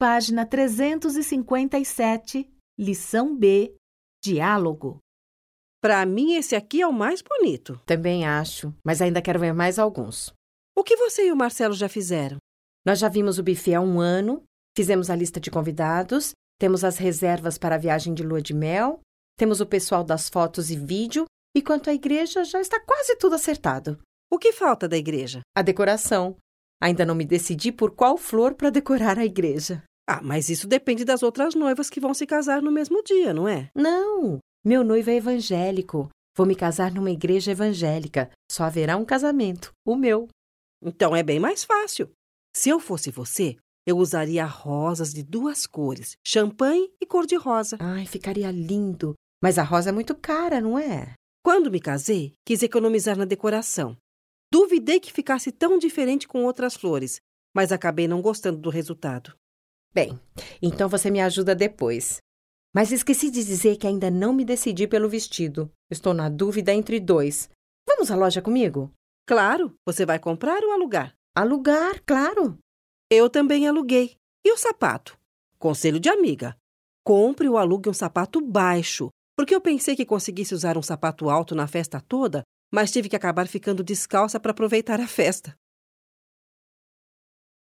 Página 357, lição B, diálogo. Para mim, esse aqui é o mais bonito. Também acho, mas ainda quero ver mais alguns. O que você e o Marcelo já fizeram? Nós já vimos o buffet há um ano, fizemos a lista de convidados, temos as reservas para a viagem de lua de mel, temos o pessoal das fotos e vídeo, e quanto à igreja, já está quase tudo acertado. O que falta da igreja? A decoração. Ainda não me decidi por qual flor para decorar a igreja. Ah, mas isso depende das outras noivas que vão se casar no mesmo dia, não é? Não! Meu noivo é evangélico. Vou me casar numa igreja evangélica. Só haverá um casamento, o meu. Então é bem mais fácil. Se eu fosse você, eu usaria rosas de duas cores, champanhe e cor-de-rosa. Ai, ficaria lindo. Mas a rosa é muito cara, não é? Quando me casei, quis economizar na decoração. Duvidei que ficasse tão diferente com outras flores, mas acabei não gostando do resultado. Bem, então você me ajuda depois. Mas esqueci de dizer que ainda não me decidi pelo vestido. Estou na dúvida entre dois. Vamos à loja comigo? Claro, você vai comprar ou alugar? Alugar, claro. Eu também aluguei. E o sapato? Conselho de amiga: compre ou alugue um sapato baixo, porque eu pensei que conseguisse usar um sapato alto na festa toda, mas tive que acabar ficando descalça para aproveitar a festa.